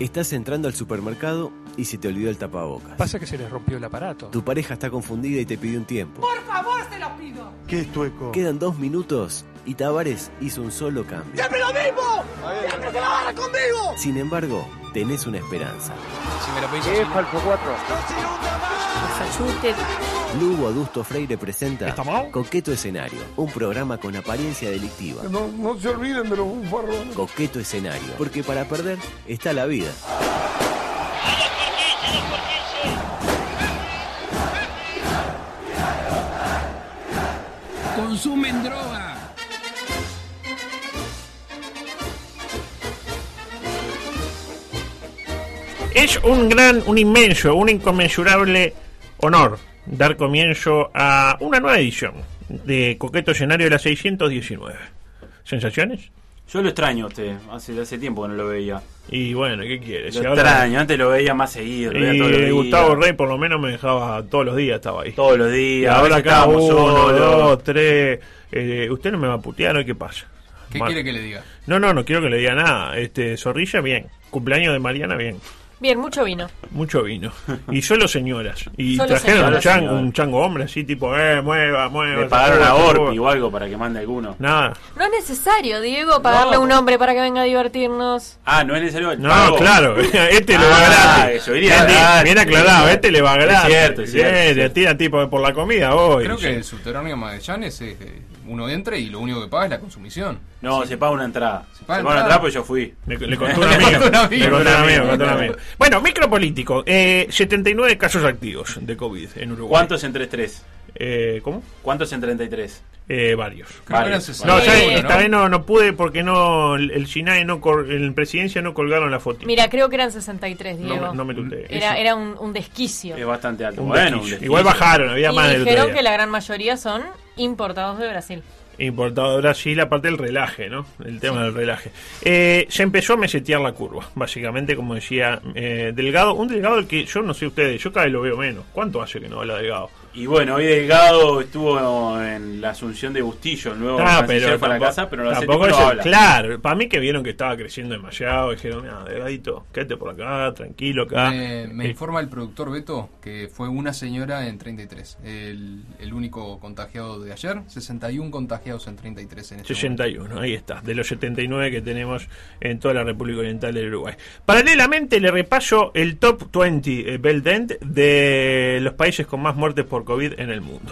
Estás entrando al supermercado y se te olvidó el tapabocas. Pasa que se les rompió el aparato. Tu pareja está confundida y te pide un tiempo. Por favor, se lo pido. ¿Qué es tueco? Quedan dos minutos y Tavares hizo un solo cambio. ¡Siempre lo mismo! ¡Siempre se la barra conmigo! Sin embargo, tenés una esperanza. Si me lo pedís así, Ayute. Lugo Adusto Freire presenta ¿Está mal? Coqueto Escenario, un programa con apariencia delictiva. No, no se olviden de los bufarrones. Coqueto Escenario, porque para perder está la vida. consumen droga. Es un gran, un inmenso, un inconmensurable honor dar comienzo a una nueva edición de Coqueto Escenario de la 619. ¿Sensaciones? Yo lo extraño a usted, hace, hace tiempo que no lo veía. Y bueno, ¿qué quieres? Lo extraño, antes lo veía más seguido. lo veía todos los días. Gustavo Rey por lo menos me dejaba todos los días, estaba ahí. Todos los Y días. ahora acá estábamos uno, solos. dos, tres. eh, usted no me va a putear, hoy ¿qué pasa? ¿Qué Bueno. quiere que le diga? No, no, no quiero que le diga nada. Este, Zorrilla, bien. Cumpleaños de Mariana, bien. Bien, mucho vino. Mucho vino. Y solo señoras. Y Solo trajeron un señoras. chango, un chango hombre así, tipo, eh, mueva, mueva. Le pagaron a sacuda, sacuda. Orpi o algo para que mande alguno. Nada. No es necesario, Diego, pagarle a un hombre para que venga a divertirnos. Ah, no es necesario. No, Pagó. claro. Este le va Ah, gratis. eso, iría Bien, gratis. bien aclarado, este le va Es gratis. cierto, es cierto, Bien, es le cierto. tiran tipo por la comida hoy. Creo que el subterráneo Magallanes es de uno entra y lo único que paga es la consumición. No, se paga una entrada. Se paga, una entrada porque yo fui. Le, le contó un amigo. Le contó un amigo. Le contó un amigo, le contó un amigo. Bueno, micropolítico. Eh, 79 casos activos de COVID en Uruguay. ¿Cuántos en 3-3? Eh, ¿Cómo? ¿Cuántos en 33? Eh, varios. Creo que eran Varios. 60 No, Sí. ya y uno, esta vez no, no pude porque no el el SINAE no cor- en presidencia no colgaron la foto. Mira, creo que eran 63, no, Diego. me- no me tuteé. era era un, un desquicio. Es bastante alto. Un bueno, desquicio. un Igual desquicio. bajaron, había más Y del dijeron otro que día. la gran mayoría son importados de Brasil. Importado de Brasil, aparte el relaje, ¿no? El tema del relaje. Eh, se empezó a mesetear la curva, básicamente, como decía eh, Delgado. Un Delgado al que yo no sé ustedes, yo cada vez lo veo menos. ¿Cuánto hace que no habla Delgado? Y bueno, hoy Delgado estuvo en la asunción de Bustillo, el nuevo Ah, canciller para tampoco- casa, pero lo hace tampoco tiempo es no el- habla. Claro, para mí que vieron que estaba creciendo demasiado, dijeron, ah, delgadito, quédate por acá, tranquilo acá. Me, me Eh, informa el productor Beto que fue una señora en 33. El, el único contagiado de ayer, 61 contagiados en 33 en este 61, ahí está, de los 79 que tenemos en toda la República Oriental del Uruguay. Paralelamente le repaso el top 20 eh, Beldent de los países con más muertes por COVID en el mundo.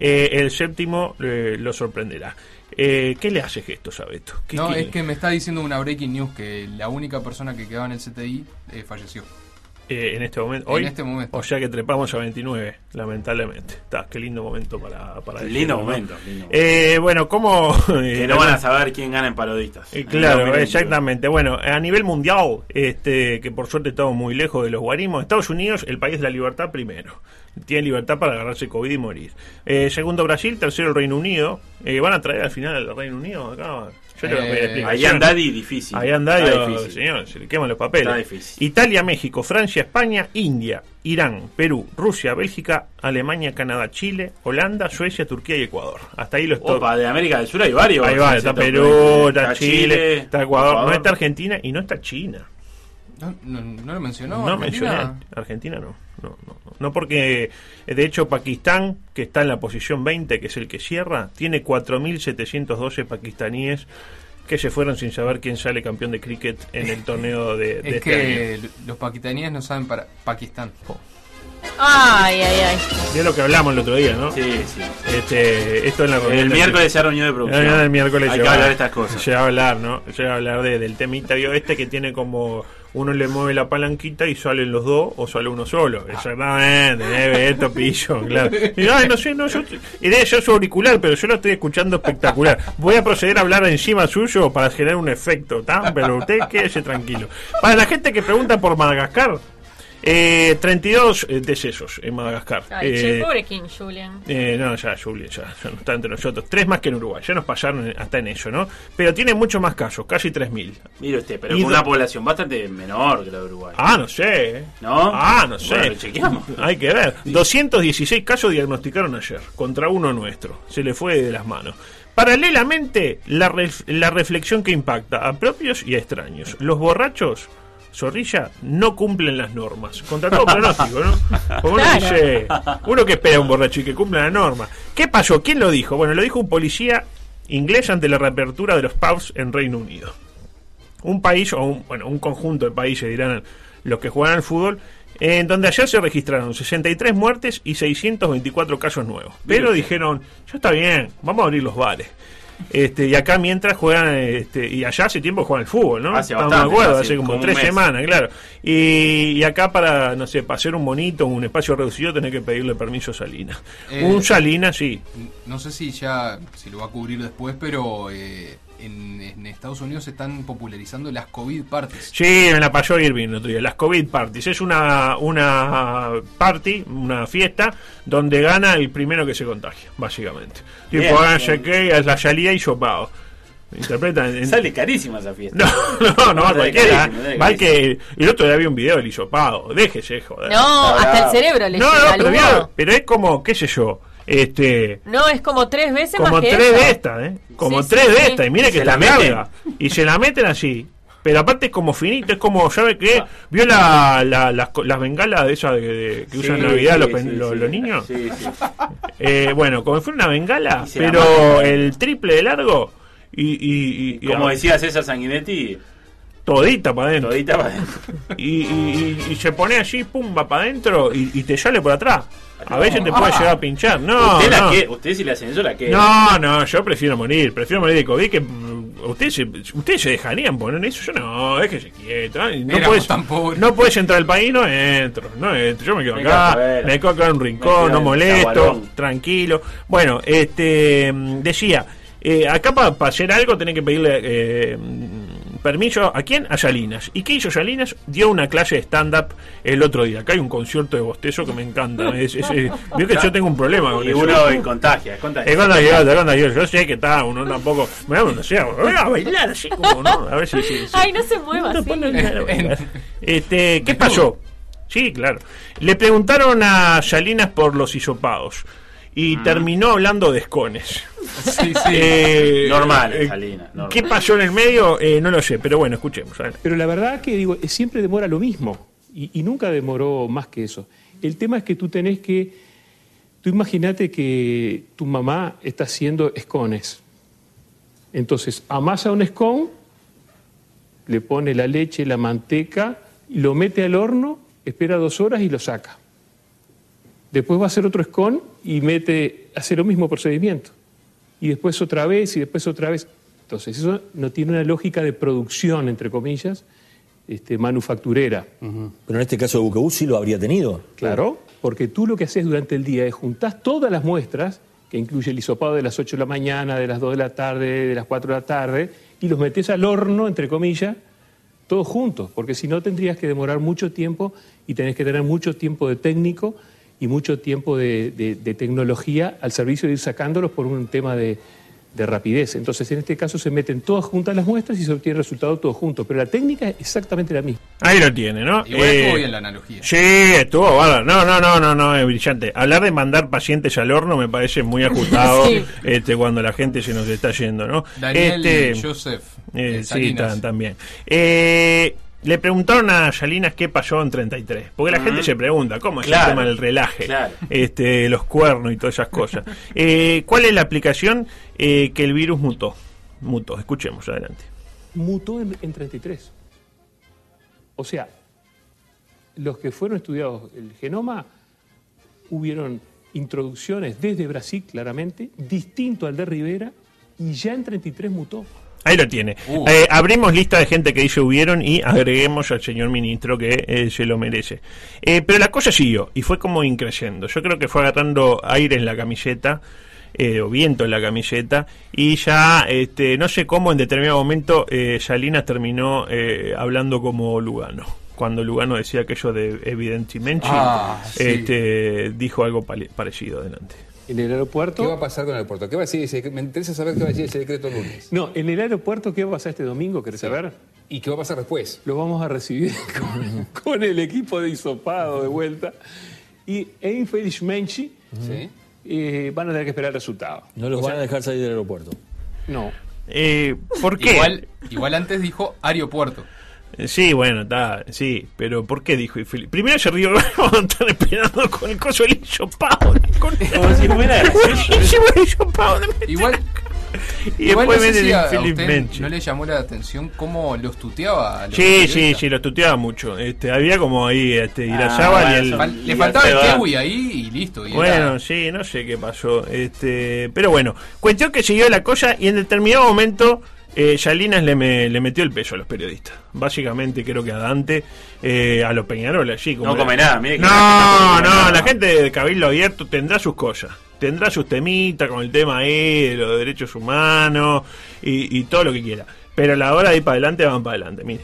Eh, el séptimo eh, lo sorprenderá. Eh, ¿Qué le haces gestos a Beto? ¿Qué No, quiere? es que me está diciendo una breaking news que la única persona que quedaba en el CTI eh, falleció. Eh, en este momento, En hoy, este momento. o sea que trepamos a 29, lamentablemente. Está, qué lindo momento para, para Lindo decirlo, ¿no? momento, lindo momento. Eh, bueno, ¿cómo? Que no van a saber quién gana en parodistas. Eh, En Claro, 2022. exactamente. Bueno, a nivel mundial, este, que por suerte estamos muy lejos de los guarismos, Estados Unidos, el país de la libertad primero. Tiene libertad para agarrarse COVID y morir. Eh, segundo, Brasil. Tercero, el Reino Unido. Eh, ¿Van a traer al final al Reino Unido acá? Yo tengo que pedir Eh, explicación. Ahí anda y difícil. Ahí anda, Está yo, difícil. oh, señor, se le queman los papeles. Está difícil. Italia, México, Francia, España, India, Irán, Perú, Rusia, Bélgica, Alemania, Canadá, Chile, Holanda, Suecia, Turquía y Ecuador. Hasta ahí los top. Opa, de América del Sur hay varios. Ahí va, Sí, está top Perú, 20, está Chile, está Ecuador, no está Argentina y no está China. ¿No, no, no lo mencionó? No, Argentina? mencioné Argentina, no. No, no, no. No porque, eh, de hecho, Pakistán, que está en la posición 20, que es el que cierra, tiene 4.712 pakistaníes que se fueron sin saber quién sale campeón de cricket en el torneo de, de Es este año. Oh. que los paquistaníes no saben para Pakistán. Ay, ay, ay. De lo que hablamos el otro día, ¿no? Sí, sí. Este, esto en la reunión El de- miércoles se ha reunido de producción. No, no, el miércoles Hay se que va- hablar de estas cosas. Se va a hablar, ¿no? Se va a hablar de- del temita vio este que tiene como uno le mueve la palanquita y salen los dos o sale uno solo. Ah. Exactamente, eh, Beto Pillo, claro. Y, ay, no sé, no, yo y de- yo soy auricular, pero yo lo estoy escuchando espectacular. Voy a proceder a hablar encima suyo para generar un efecto, ¿tá? Pero usted quédese tranquilo. Para la gente que pregunta por Madagascar, eh, 32 decesos en Madagascar. Ay, Eh, che, pobre King Julian. eh, no, ya, Julia, ya, ya no está entre nosotros. Tres más que en Uruguay, ya nos pasaron en- hasta en ello, ¿no? Pero tiene muchos más casos, casi 3.000. Mire usted, pero Y con do- una población bastante menor que la de Uruguay. Ah, no sé. ¿eh? ¿No? Ah, no sé. Bueno, chequeamos. Hay que ver. 216 casos diagnosticaron ayer, contra uno nuestro. Se le fue de las manos. Paralelamente, la, ref- la reflexión que impacta a propios y a extraños. Los borrachos Zorrilla no cumplen las normas. Contra todo pronóstico, ¿no? Porque uno Claro. dice, uno que espera a un borracho y que cumpla la norma. ¿Qué pasó? ¿Quién lo dijo? Bueno, lo dijo un policía inglés ante la reapertura de los pubs en Reino Unido. Un país, o un, bueno, un conjunto de países, dirán los que juegan al fútbol, en donde ayer se registraron 63 muertes y 624 casos nuevos. Pero dijeron, ya está bien, vamos a abrir los bares. Este, y acá mientras juegan, este, y allá hace tiempo juegan al fútbol, ¿no? Hace Estamos de bastante, acuerdo, hace hace como, como un tres mes. semanas, claro. Y, y acá para, no sé, para hacer un monito, un espacio reducido, tenés que pedirle permiso a Salina. Eh, un Salina, sí. No sé si ya si lo va a cubrir después, pero eh, en, en Estados Unidos se están popularizando las COVID parties. Sí, me la pasó Irving el otro día. Las COVID parties. Es una, una party, una fiesta, donde gana el primero que se contagia, básicamente. Bien, Tipo, hagan bien. que es la salida y sopado. Interpretan. en- Sale carísima esa fiesta. No, no, no va Sale cualquiera. carísimo, sale Va el carísimo. que. El otro día había un video del hisopado. Déjese, joder. No, hasta el bravo. cerebro le eh, no, llega no, al pero, humo. mira, pero es como, qué sé yo. Este. No, es como tres veces Como más que tres eso. de estas, ¿eh? Como Sí, tres sí, de sí. estas, y mire Y que se la la meten. larga. Y se la meten así. Pero aparte es como finito, es como, ¿sabe qué? Ah. ¿Vio la, la- las, co- las bengalas de esas de- de- que usan en Sí, Navidad sí, los, pen- sí, los, sí. los niños? Sí, sí. Eh, bueno, como fue una bengala, Y se la pero matan. el triple de largo y, y, y- y- Como decía César Sanguinetti, todita para adentro. todita va adentro. Y, y- y- y se pone allí, pumba, para adentro y, y te sale por atrás. A veces te puede llegar a pinchar. No, usted, la no. que- usted si la censura que No, no, yo prefiero morir, prefiero morir de COVID que mm, ustedes se, ustedes se dejarían poner eso, yo no, déjese quieto, ay, no Éramos puedes tan pobres. no puedes entrar al país, no entro, no entro, yo me quedo Me quedo acá, afuera. me quedo acá en un Me rincón, quedo no en molesto, Tabarón. tranquilo. Bueno, este mm, decía, eh, acá para hacer algo tenés que pedirle eh, mm, permiso a quién? A Salinas. ¿Y qué hizo Salinas? Dio una clase de stand-up el otro día. Acá hay un concierto de bostezo que me encanta. Es, es- es- vio que yo tengo un problema con y eso. uno en contagia, es contagia. Es cuando llegó, es cuando llegó. Yo sé que está uno tampoco. Me voy a, no sé, voy a bailar así como no. A ver si. si- si- Ay, no se mueva No, así. ponlo en la- en- este, ¿Qué pasó? Sí, claro. Le preguntaron a Salinas por los hisopados. Y Ah. terminó hablando de escones. Sí, sí. Eh, Normal, eh, Salinas, normal. ¿Qué pasó en el medio? Eh, no lo sé, pero bueno, escuchemos. a ver. Pero la verdad que digo, eh, siempre demora lo mismo y, y nunca demoró más que eso. El tema es que tú tenés que, tú imagínate que tu mamá está haciendo escones. Entonces, amasa un escón, le pone la leche, la manteca, lo mete al horno, espera dos horas y lo saca. Después va a hacer otro escón y mete, hace lo mismo procedimiento. Y después otra vez y después otra vez. Entonces, eso no tiene una lógica de producción, entre comillas, este, manufacturera. Pero en este caso de Buquebus sí lo habría tenido. Claro, porque tú lo que haces durante el día es juntás todas las muestras, que incluye el hisopado de las 8 de la mañana, de las 2 de la tarde, de las 4 de la tarde, y los metés al horno, entre comillas, todos juntos, porque si no tendrías que demorar mucho tiempo y tenés que tener mucho tiempo de técnico y mucho tiempo de, de- de tecnología al servicio de ir sacándolos por un tema de, de rapidez. Entonces, en este caso se meten todas juntas las muestras y se obtiene el resultado todos juntos, pero la técnica es exactamente la misma. Ahí lo tiene, ¿no? Igual Eh, estuvo bien la analogía. Sí, estuvo bárbaro. No, no, no, no, no, es brillante. Hablar de mandar pacientes al horno me parece muy ajustado Sí. este, cuando la gente se nos está yendo, ¿no? Daniel este, Joseph. eh, eh, sí, Salinas. tan- también. Eh, le preguntaron a Salinas qué pasó en 33. Porque la gente se pregunta, ¿cómo es el Mm. Claro. tema del relaje? Claro. Este, los cuernos y todas esas cosas. Eh, ¿Cuál es la aplicación eh, que el virus mutó? Mutó, escuchemos, adelante. mutó en, en 33. O sea, los que fueron estudiados el genoma hubieron introducciones desde Brasil, claramente, distinto al de Rivera, y ya en 33 mutó. Ahí lo tiene. Uh. Eh, abrimos lista de gente que dice hubieron y agreguemos al señor ministro que eh, se lo merece. Eh, pero la cosa siguió y fue como increyendo. Yo creo que fue agarrando aire en la camiseta eh, o viento en la camiseta y ya este, no sé cómo en determinado momento eh, Salinas terminó eh, hablando como Lugano. Cuando Lugano decía aquello de evidentemente, Ah, sí. este, dijo algo pale- parecido. Adelante. En el ¿Qué va a aeropuerto. pasar con el aeropuerto? ¿Qué va a decir ese- Me interesa saber qué va a decir ese decreto el lunes. No, en el aeropuerto, ¿qué va a pasar este domingo? ¿Querés saber? ¿Y qué va a pasar después? Lo vamos a recibir con, con el equipo de hisopado de vuelta. Y e infelizmente ¿Sí? eh, van a tener que esperar el resultado. No los van a dejar salir del aeropuerto. No, Eh, ¿Por qué? Igual, igual antes dijo aeropuerto. Eh, Sí, bueno, está, sí, pero ¿por qué dijo Felipe? Primero se rió, están esperando con el coso del Illo Paola. Con Como si fuera el Illo- el Illo Paola. Igual, Y igual después no sé viene si el a- a Philip usted Mensch. no le llamó la atención cómo los tuteaba. a los Sí, sí, periodistas. sí, los tuteaba mucho. Este, había como ahí este, Ah, Irazábal bueno, y el. son- Fal- Y Le faltaba el Alfredo, kiwi ahí y listo. y Bueno, era- sí, no sé qué pasó. Este, pero bueno, cuestión que siguió la cosa y en determinado momento eh, Salinas le, me- le metió el peso a los periodistas. Básicamente creo que a Dante, eh, a los Peñarol allí. como No era. come nada, mire que No, no, nada. la gente de Cabildo Abierto tendrá sus cosas. Tendrá sus temitas con el tema ahí de los derechos humanos y, y todo lo que quiera. Pero a la hora de ir para adelante van para adelante, mire.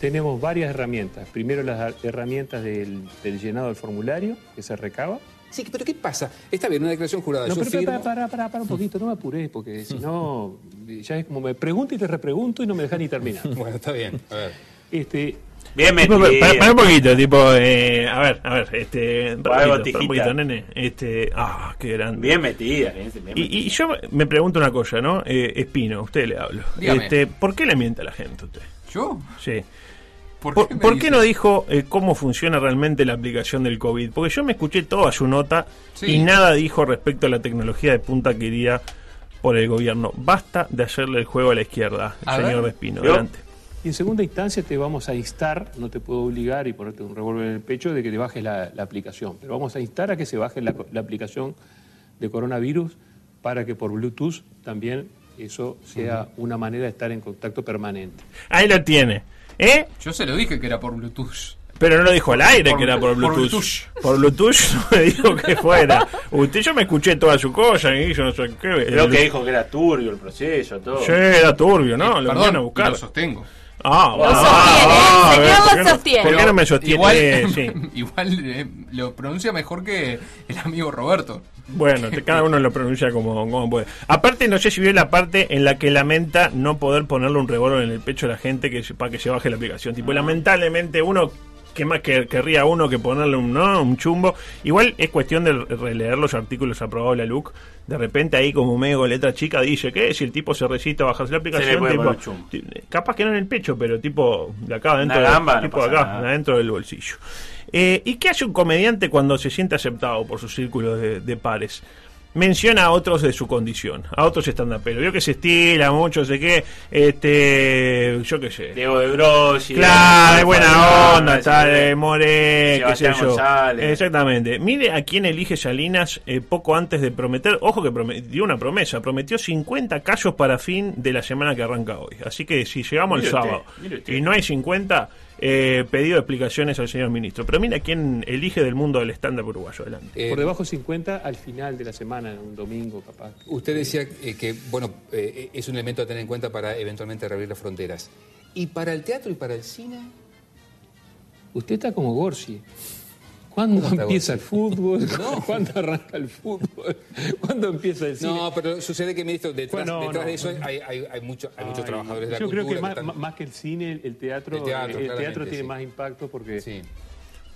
Tenemos varias herramientas. Primero las ar- herramientas del, del llenado del formulario que se recaba. Sí, pero ¿qué pasa? Está bien, una declaración jurada. No, Ah, yo pero firmo. para, para, para, para un poquito, no me apuré, porque si no, ya es como me pregunto y te repregunto y no me dejan ni terminar. Bueno, está bien. A ver. Este, Bien Tipo, metido. para, para un poquito, tipo, eh, a ver, a ver, este, rapidito, para botijita. un poquito, nene, este, ah, qué grande. Bien metida, bien bien metida. Y, y yo me pregunto una cosa, ¿no? Eh, Espino, a usted le hablo. Dígame. Este, ¿por qué le miente a la gente a usted? ¿Yo? Sí. ¿Por, ¿Por, qué, me por qué dice? no dijo eh, cómo funciona realmente la aplicación del COVID? Porque yo me escuché toda su nota Sí. y nada dijo respecto a la tecnología de punta que iría por el gobierno. Basta de hacerle el juego a la izquierda, A señor ver. Espino. Yo- Adelante. Y en segunda instancia te vamos a instar, no te puedo obligar y ponerte un revólver en el pecho de que te bajes la, la aplicación, pero vamos a instar a que se baje la, co- la aplicación de coronavirus para que por Bluetooth también eso sea una manera de estar en contacto permanente. Ahí lo tiene. ¿Eh? Yo se lo dije que era por Bluetooth. Pero no lo dijo al aire Por- que era por por Bluetooth. Bluetooth. Por Bluetooth no me dijo que fuera. Usted yo me escuché toda su cosa y yo no sé qué. Creo que dijo que era turbio el proceso, todo. Sí, era turbio, ¿no? Eh, lo Perdón, van a y buscar. lo sostengo. Ah, Lo ah, sostiene, ah, a ver, el señor ¿por lo qué no- sostiene. ¿Por qué no me sostiene? Eh, Igual, sí. igual eh, lo pronuncia mejor que el amigo Roberto. Bueno, te- cada uno lo pronuncia como, como puede. Aparte, no sé si vio la parte en la que lamenta no poder ponerle un revólver en el pecho a la gente que se- para que se baje la aplicación. Tipo, lamentablemente uno que más que, querría uno que ponerle un no, un chumbo. Igual es cuestión de releer los artículos aprobados de la LUC. De repente ahí como medio con letra chica dice que si el tipo se resiste a bajarse la aplicación, puede tipo, poner un chumbo. ti- capaz que no en el pecho, pero tipo de acá adentro, Una del- gamba, no tipo pasa acá, nada. adentro del bolsillo. Eh, ¿Y qué hace un comediante cuando se siente aceptado por su círculo de, de pares? Menciona a otros de su condición, a otros stand pero Vio que se estila mucho, sé qué, este, yo qué sé. Diego de Grossi. eh, Claro, es buena Fabián, onda, está eh. de More, qué sé Sebastián yo. González. Exactamente. Mire a quién elige Salinas eh, poco antes de prometer. Ojo que prome- dio una promesa, prometió 50 callos para fin de la semana que arranca hoy. Así que si llegamos Mire el usted, sábado mire usted. y no hay 50, eh, pedido de explicaciones al señor ministro. Pero mira quién elige del mundo del estándar uruguayo. Adelante. Eh, por debajo 50 al final de la semana, un domingo capaz. Usted decía eh, que, bueno, eh, es un elemento a tener en cuenta para eventualmente reabrir las fronteras. ¿Y para el teatro y para el cine? Usted está como Gorsi. ¿Cuándo está empieza el fútbol? ¿Cuándo arranca el fútbol? ¿Cuándo empieza el cine? No, pero sucede que, ministro, detrás, Bueno, detrás no. de eso hay, hay- hay mucho- hay muchos Ay, trabajadores de la Yo creo que cultura más, están- más- más que el cine, el, el teatro, El el teatro, teatro, claramente, tiene sí. más impacto porque Sí.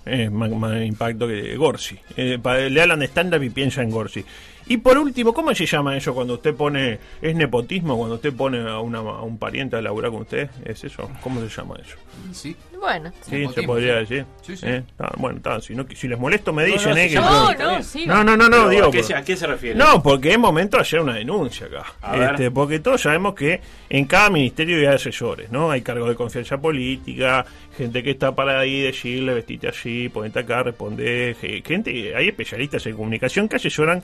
Es más, más impacto que Gorsi. Eh, pa- le hablan de stand-up y piensa en Gorsi. Y por último, ¿cómo se llama eso cuando usted pone. ¿Es nepotismo cuando usted pone a, una- a un pariente a laburar con usted? ¿Es eso? ¿Cómo se llama eso? Sí. Bueno. Sí, se Nepotismo, podría sí. decir. Sí, sí. Eh, está- bueno, está, si, no- si les molesto, me No, dicen, no, eh, se que- llama- No, está no, bien. sí. no, no, no, no, Pero, digo. ¿a qué, por- se- ¿A qué se refiere? no, porque es momento de hacer una denuncia acá. A ver. Este, porque todos sabemos que en cada ministerio hay asesores, ¿no? Hay cargos de confianza política, gente que está para ahí decirle, vestite allí, ponete acá, responde. je- Gente, hay especialistas en comunicación que asesoran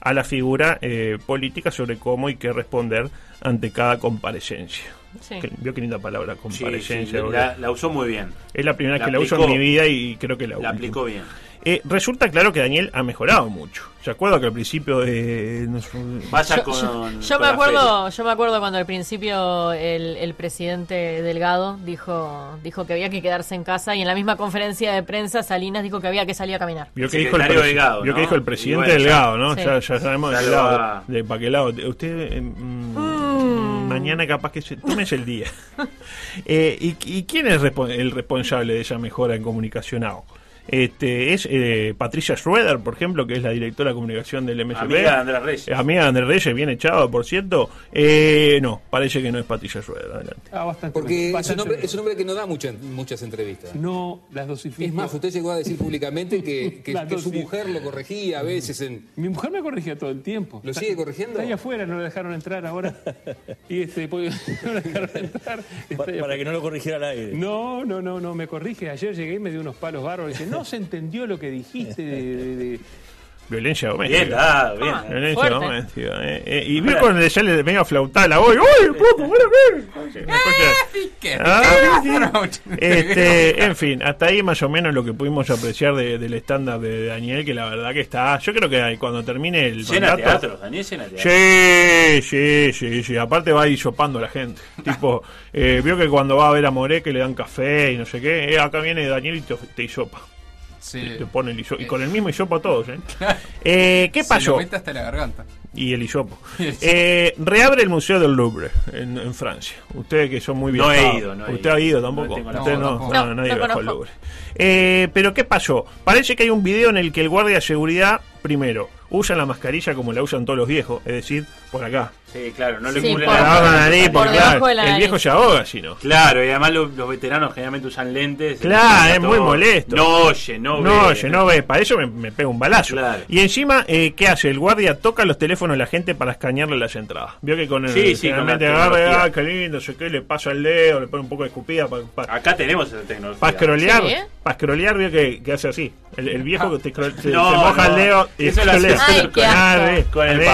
a la figura eh, política sobre cómo y qué responder ante cada comparecencia. Sí. Que- Vio qué linda palabra, Sí, comparecencia. sí, boludo. la, la usó muy bien. Es la primera la que la uso en aplicó. mi vida y creo que la, La última. aplicó bien. Eh, resulta claro que Daniel ha mejorado mucho. ¿Se acuerda que al principio eh, de... no sé, Pasa Yo, con. yo- yo con me la acuerdo, yo me acuerdo cuando al principio el, el presidente Delgado dijo, dijo que había que quedarse en casa y en la misma conferencia de prensa Salinas dijo que había que salir a caminar. Vio que, dijo el, Secretario presi- Delgado, vio que ¿no? dijo el Y presidente bueno, ya- Delgado, ¿no? sí. Ya, ya sabemos Ya de, lo qué lado, va. de pa' qué lado. Usted eh, mm, mañana capaz que se, tómese el día. Eh, y, y quién es respo- el responsable de esa mejora en comunicación AO? Este, es eh, Patricia Schroeder, por ejemplo, que es la directora de comunicación del MSP. Amiga de Andrés Reyes. Eh, Amiga de Andrés Reyes, bien echado, por cierto. Eh, no, parece que no es Patricia Schroeder. Adelante. Ah, bastante Porque menos, es un, bastante hombre, menos. es un hombre que no da mucha- muchas entrevistas. No las dosifico. Es más, usted llegó a decir públicamente que, que- Las que dos, su sí. mujer lo corregía a veces en... Mi mujer me corregía todo el tiempo. ¿Lo Está- sigue corrigiendo? Está ahí afuera, no la dejaron entrar ahora. Y este, pues, no la dejaron entrar. Está Pa- ahí para que no lo corrigiera al aire. No, no, no, no, me corrige. Ayer llegué y me dio unos palos bárbaros. Dice, no se entendió lo que dijiste. de- de- de- Violencia doméstica. Bien, dado, bien. Ah. Violencia Fuerte. doméstica. eh, eh, y vi con el ya le medio aflautada la voz. ¡Uy, poco, bueno, Eh, bueno! Una cosa- ¿Qué? Ah, Roach. Este, en fin, hasta ahí más o menos lo que pudimos apreciar de- del estándar de Daniel, que la verdad que está. Yo creo que cuando termine el Llena mandato- teatros, Daniel, llena Sí, teatros. sí, sí, sí. Aparte va ahí sopando la gente. Tipo, eh, vio que cuando va a ver a Moré que le dan café y no sé qué. eh, acá viene Daniel y te, te hisopa. Este, Sí. Te pone el hisopo. Y con el mismo hisopo a todos, ¿eh? Eh, ¿Qué Se lo pasó? mete hasta la garganta. Y el hisopo. Y el hisopo. Eh, reabre el Museo del Louvre en, en Francia. Ustedes que son muy No he viajados. ido, no he Usted ido. ha ido tampoco. No tengo la- Usted No, no, tampoco. no, No, nadie no viajó al conozco. Louvre. Eh, Pero ¿qué pasó? Parece que hay un video en el que el guardia de seguridad, primero, usa la mascarilla como la usan todos los viejos, es decir, por acá. Sí, claro, no le Sí, cubren por- Por la abajo de la nariz, Por porque, debajo claro, de la el nariz. viejo se ahoga, si no. Claro, y además lo- los, veteranos generalmente usan lentes. Claro, eh, es muy todo. molesto. No oye, no ve. No, oye, no ve, para eso me, me pega un balazo. Claro. Y encima, eh, ¿qué hace? El guardia toca los teléfonos de la gente para escanearle las entradas. Vio que con el. Sí, sí, con la generalmente agarra, tecnología. ah, qué lindo, no sé qué, le pasa el dedo, le pone un poco de escupida para. Acá tenemos esa tecnología. scrollear, Sí. ¿eh? Ah. pa' scrollear, vio que, que hace así. El, el viejo que te, scroll- se, No, se moja no. el dedo y Eso lo hace scrollea. Ay, qué Ah, asco. ve, Con el ve, ve.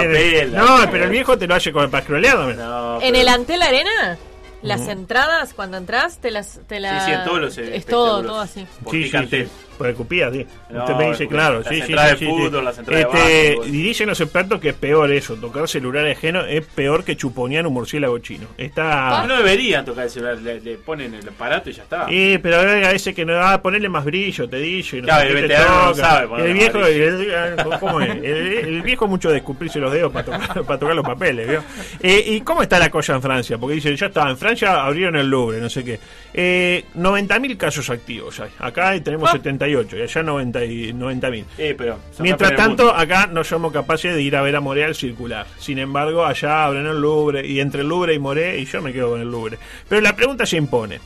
papel, No, así. pero el viejo te lo hace con el para scrollear. dame. No, En pero- el Antel Arena, las entradas cuando entras te las. Te Sí, las sí, en todos los eh, Es espectáculos. todo, todo así. Por Sí, sí, picante. sí. Por el cupida, sí. No, Usted me dice, porque claro. las sí, sí, entradas sí, de sí, sí. fútbol, las entradas de Este, básquetbol. Dicen los expertos que es peor eso. Tocar celular ajeno es peor que chuponear un murciélago chino. Está. No, no deberían tocar el celular, le, le ponen el aparato y ya está. Eh, pero hay a veces que no va a ponerle más brillo, te dice. y No Claro, sé el qué te veterano no toca. sabe Y ponerle el viejo, más el- ah, ¿cómo es? El, el viejo mucho de escupirse los dedos para tocar, para tocar los papeles, ¿vio? Eh, ¿Y cómo está la cosa en Francia? Porque dicen, ya está, en Francia abrieron el Louvre, no sé qué. Eh, 90.000 casos activos hay. Acá Ah. tenemos 78 y allá 90 y- 90.000. Eh, pero son Mientras campeones del tanto, acá no somos capaces de ir a ver a Moré al circular. Sin embargo, allá abren el Louvre y entre el Louvre y Moré, y yo me quedo con el Louvre. Pero la pregunta se impone.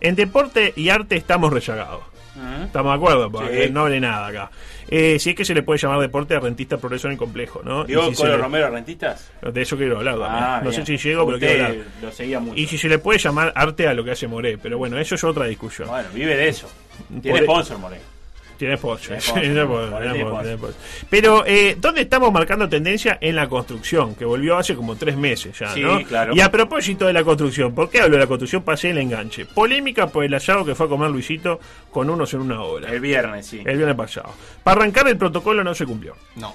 En deporte y arte estamos rezagados. mundo. Ujú. Estamos de acuerdo, porque Sí. no hable nada acá. Eh, si es que se le puede llamar deporte a rentista progreso en el complejo, ¿no? Y Diego si se Colo le- Romero, ¿rentistas? De eso quiero hablar también. Ah, no bien. sé si llego, pero Usted quiero hablar. Lo seguía mucho. Y si se le puede llamar arte a lo que hace Moré, pero bueno, eso es otra discusión. Bueno, vive de eso. Tiene Por- e- sponsor, Moreno. Tiene sponsor. Tiene sponsor. Tiene sponsor, Por ahí tiene tiene sponsor, tiene sponsor. sponsor. Pero, eh, ¿dónde estamos marcando tendencia? En la construcción, que volvió hace como tres meses ya, Sí, ¿no? claro. Y a propósito de la construcción, ¿por qué hablo de la construcción? Pasé el enganche. Polémica por el hallado que fue a comer Luisito con unos en una hora. El viernes, sí. El viernes pasado. Para arrancar el protocolo no se cumplió. No.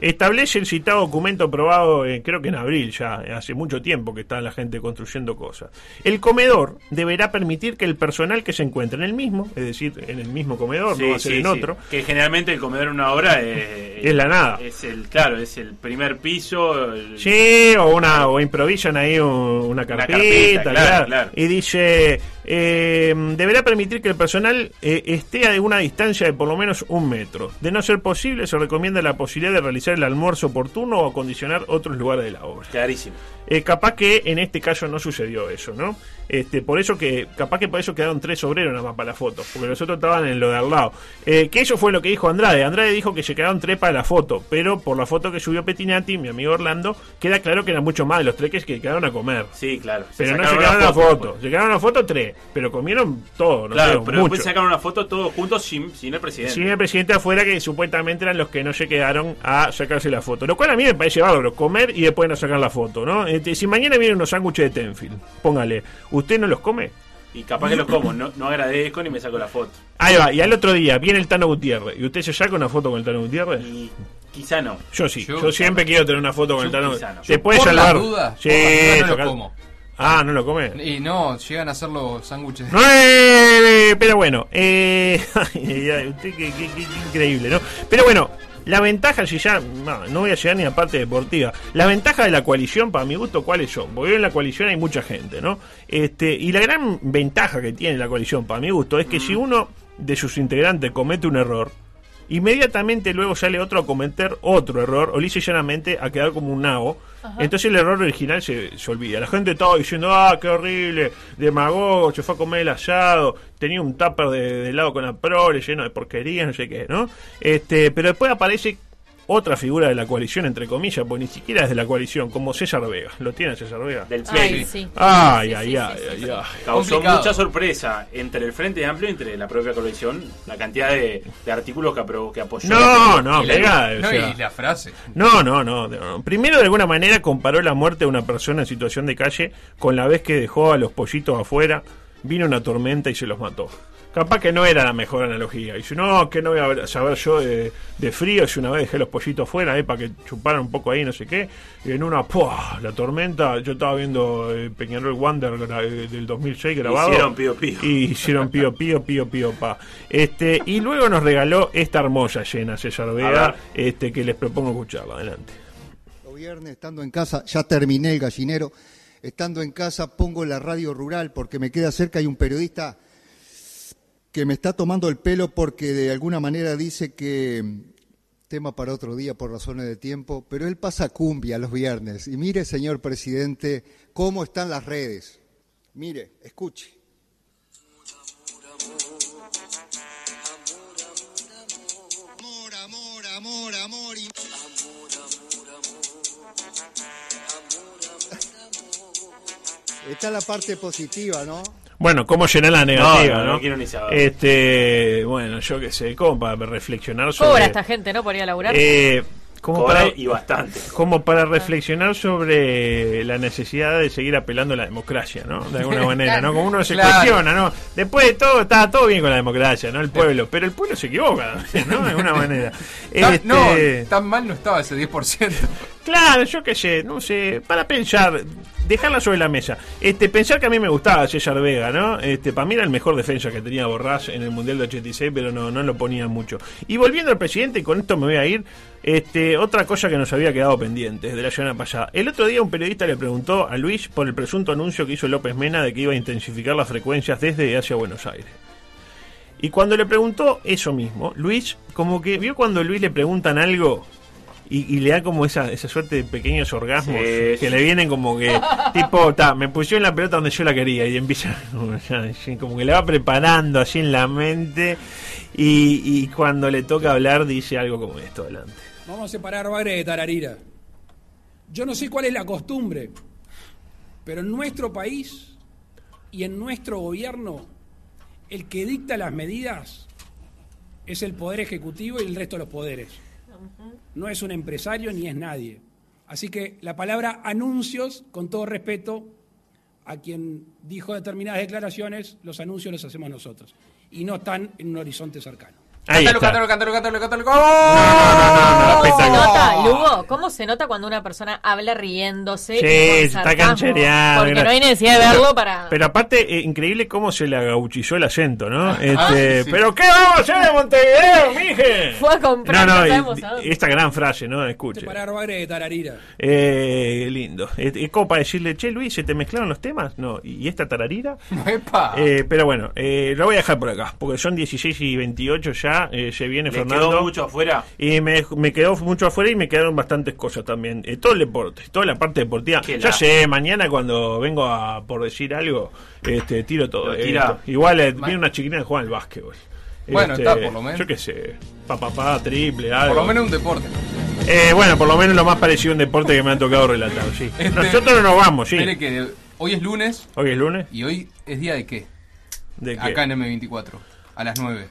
Establece el citado documento aprobado, eh, creo que en abril ya, eh, hace mucho tiempo que está la gente construyendo cosas. El comedor deberá permitir que el personal que se encuentre en el mismo, es decir, en el mismo comedor, Sí, no va a ser sí, en sí. otro, Que generalmente el comedor en una hora eh, Es la nada. Es el, claro, es el primer piso. el- Sí, o, una, o improvisan ahí un- una carpeta, carpeta, claro, claro. claro. Y dice, eh, deberá permitir que el personal eh, esté a una distancia de por lo menos un metro. De no ser posible, se recomienda la posibilidad de realizar el almuerzo oportuno o acondicionar otros lugares de la obra. Clarísimo. Eh, capaz que en este caso no sucedió eso, ¿no? Este, por eso que, capaz que por eso quedaron tres obreros nada más para la foto, porque los otros estaban en lo de al lado. Eh, que eso fue lo que dijo Andrade. Andrade dijo que se quedaron tres para la foto, pero por la foto que subió Petinati, mi amigo Orlando, queda claro que eran mucho más de los tres que se quedaron a comer. Sí, claro. Se pero no se sacaron quedaron a una la foto, pues. se quedaron a la foto tres, pero comieron todo, no Claro, sé, pero después mucho. sacaron una foto todos juntos sin, sin el presidente. Sí, el presidente afuera que supuestamente eran los que no se quedaron a sacarse la foto. Lo cual a mí me parece bárbaro, comer y después no sacar la foto, ¿no? Este, si mañana vienen unos sándwiches de Tenfield, póngale, ¿usted no los come? Y capaz que los como, no, no agradezco ni me saco la foto. Ahí va, y al otro día viene el Tano Gutiérrez, ¿y usted se saca una foto con el Tano Gutiérrez? Y quizá no. Yo sí, yo, Yo- siempre quiero tener una foto con el Yo Tano quizá no. Gutiérrez. Se puede Por las salvar. dudas, Sí, por las dudas no lo tocar- como. Ah, no lo come. Y no, llegan a hacer los sándwiches. No, eh, pero bueno, eh, ay, ay, ay, usted qué, qué- qué- qué increíble, ¿no? Pero bueno, La ventaja, si ya. No, no voy a llegar ni a la parte deportiva. La ventaja de la coalición, para mi gusto, ¿cuáles son? Porque en la coalición hay mucha gente, ¿no? Este, y la gran ventaja que tiene la coalición, para mi gusto, es que si uno de sus integrantes comete un error, inmediatamente luego sale otro a cometer otro error, o lisa y llanamente a quedar como un nabo. Entonces el error original se, se olvida. La gente estaba diciendo, ah, qué horrible, demagogo, se fue a comer el asado, tenía un tupper de, de helado con la prole lleno de porquerías, no sé qué, ¿no? Este, pero después aparece otra figura de la coalición, entre comillas, porque ni siquiera es de la coalición, como César Vega. ¿Lo tiene César Vega? Del Ay, frente. sí. Ay, Sí, ay, sí, ay, sí, ay, sí. ay. Causó Complicado. mucha sorpresa entre el Frente Amplio y entre la propia coalición la cantidad de, de artículos que, apro- que apoyó. No, no, Y la- Vega. o no, sea- y la frase. No, no, no, no. Primero, de alguna manera, comparó la muerte de una persona en situación de calle con la vez que dejó a los pollitos afuera, vino una tormenta y se los mató. Capaz que no era la mejor analogía. Dice, no, que no voy a ver- saber yo de, de frío si una vez dejé los pollitos afuera, eh, para que chuparan un poco ahí, no sé qué. Y en una, ¡pua! La tormenta, yo estaba viendo eh, Peñarol Wander gra- eh, del 2006 grabado. Hicieron pío pío. Y hicieron pío, pío, pío, pío, pa. Este, y luego nos regaló esta hermosa llena, César Vega, este, que les propongo escucharla. Adelante. Viernes, estando en casa, ya terminé el gallinero. Estando en casa, pongo la radio rural porque me queda cerca y un periodista que me está tomando el pelo porque de alguna manera dice que mm, tema para otro día por razones de tiempo, pero él pasa cumbia los viernes. Y mire, señor presidente, cómo están las redes. Mire, escuche. Amor, amor, amor, amor. y- Está la parte positiva, ¿no? Bueno, ¿cómo llenar la negativa? No, No, no, no quiero ni saber. Este, bueno, yo qué sé, como para reflexionar sobre. Cobra esta gente, ¿no? Por ir a laburar. eh, como Cobra para, y bastante. como para reflexionar sobre la necesidad de seguir apelando a la democracia, ¿no? De alguna manera, ¿no? Como uno se Claro. cuestiona, ¿no? Después de todo, está todo bien con la democracia, ¿no? El pueblo. Pero el pueblo se equivoca, ¿no? De alguna manera. Tan- Este- No, tan mal no estaba ese 10%. Claro, yo qué sé, no sé, para pensar, dejarla sobre la mesa. Este, pensar que a mí me gustaba César Vega, ¿no? Este, para mí era el mejor defensa que tenía Borrás en el Mundial de 86, pero no, no lo ponía mucho. Y volviendo al presidente, y con esto me voy a ir, este, otra cosa que nos había quedado pendiente desde la semana pasada. El otro día un periodista le preguntó a Luis por el presunto anuncio que hizo López Mena de que iba a intensificar las frecuencias desde y hacia Buenos Aires. Y cuando le preguntó eso mismo, Luis, como que vio cuando a Luis le preguntan algo y, y le da como esa, esa suerte de pequeños orgasmos Sí, que le vienen como que, tipo, ta, me pusieron la pelota donde yo la quería y empieza como, ya, así, como que la va preparando así en la mente y, y cuando le toca hablar dice algo como esto adelante. Vamos a separar bagre de tararira. Yo no sé cuál es la costumbre, pero en nuestro país y en nuestro gobierno, el que dicta las medidas es el Poder Ejecutivo y el resto de los poderes. No es un empresario ni es nadie. Así que la palabra anuncios, con todo respeto, a quien dijo determinadas declaraciones, los anuncios los hacemos nosotros. Y no están en un horizonte cercano. Ahí Cántalo, está. cántalo, cántalo, cántalo, cántalo. no, ¿Cómo se espectacular. nota, Lugo? ¿Cómo se nota cuando una persona habla riéndose? y Sí, con se sarcasmo? está canchereando. Porque no hay necesidad de verlo para. Pero aparte, eh, increíble cómo se le agauchizó el acento, ¿no? Ah, Este, sí, sí. Pero ¿qué vamos a hacer de Montevideo, mije? Fue a comprar, No, no no, y- sabemos a dónde. esta gran frase, ¿no? Escuche. Separar bagre de tararira. Eh, lindo. Es, es como para decirle, che, Luis, ¿se te mezclaron los temas? No. ¿Y esta tararira? ¡Epa! Eh, pero bueno, eh, lo voy a dejar por acá, porque son 16 y 28 ya, eh, se viene ¿Le Fernando. quedó mucho afuera? Y me, me quedó mucho afuera y me quedaron bastantes cosas también. Eh, todo el deporte, toda la parte deportiva. Qué ya la- sé, mañana cuando vengo a por decir algo, este tiro todo. Lo tira. Eh, igual eh, Ma- viene una chiquina que juega al básquetbol. Este, Bueno, está, por lo menos. Yo qué sé. Pa, pa, pa, triple, algo. Por lo menos un deporte. Eh, bueno, por lo menos lo más parecido a un deporte que me han tocado relatar, sí. Este- Nosotros nos vamos, sí. Espere que hoy es lunes Hoy es lunes. y hoy es día de qué? ¿De qué? Acá en M24, a las 9.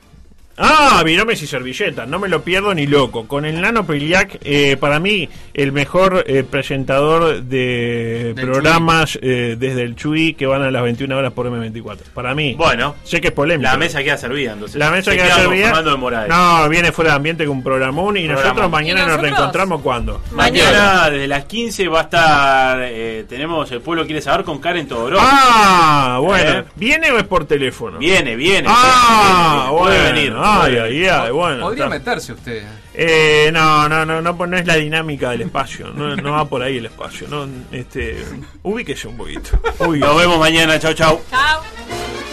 Ah, viromes y servilletas, no me lo pierdo ni loco. Con el Nano Peliac, eh, para mí, el mejor eh, presentador de Del programas eh, desde el Chuy que van a las 21 horas por M24. Para mí. Bueno. Sé que es polémico. La mesa queda servida, entonces. La mesa Se que queda va a con servir- Fernando de Morales. No, viene fuera de ambiente con un programón y nosotros Programón. mañana ¿Y nos nosotros? reencontramos cuando. Mañana desde las 15 va a estar. eh, tenemos El Pueblo Quiere Saber con Karen Todorov. Ah, bueno. Eh. ¿Viene o es por teléfono? Viene, viene. Ah, Puede bueno. venir. Ay, ay, ay, Ah, bueno. Podría está. meterse usted. Eh, no, no, no, no, no es la dinámica del espacio. No, no va por ahí el espacio. No, este, ubíquese un poquito. Uy, Nos vemos mañana. Chau, chau. Chao.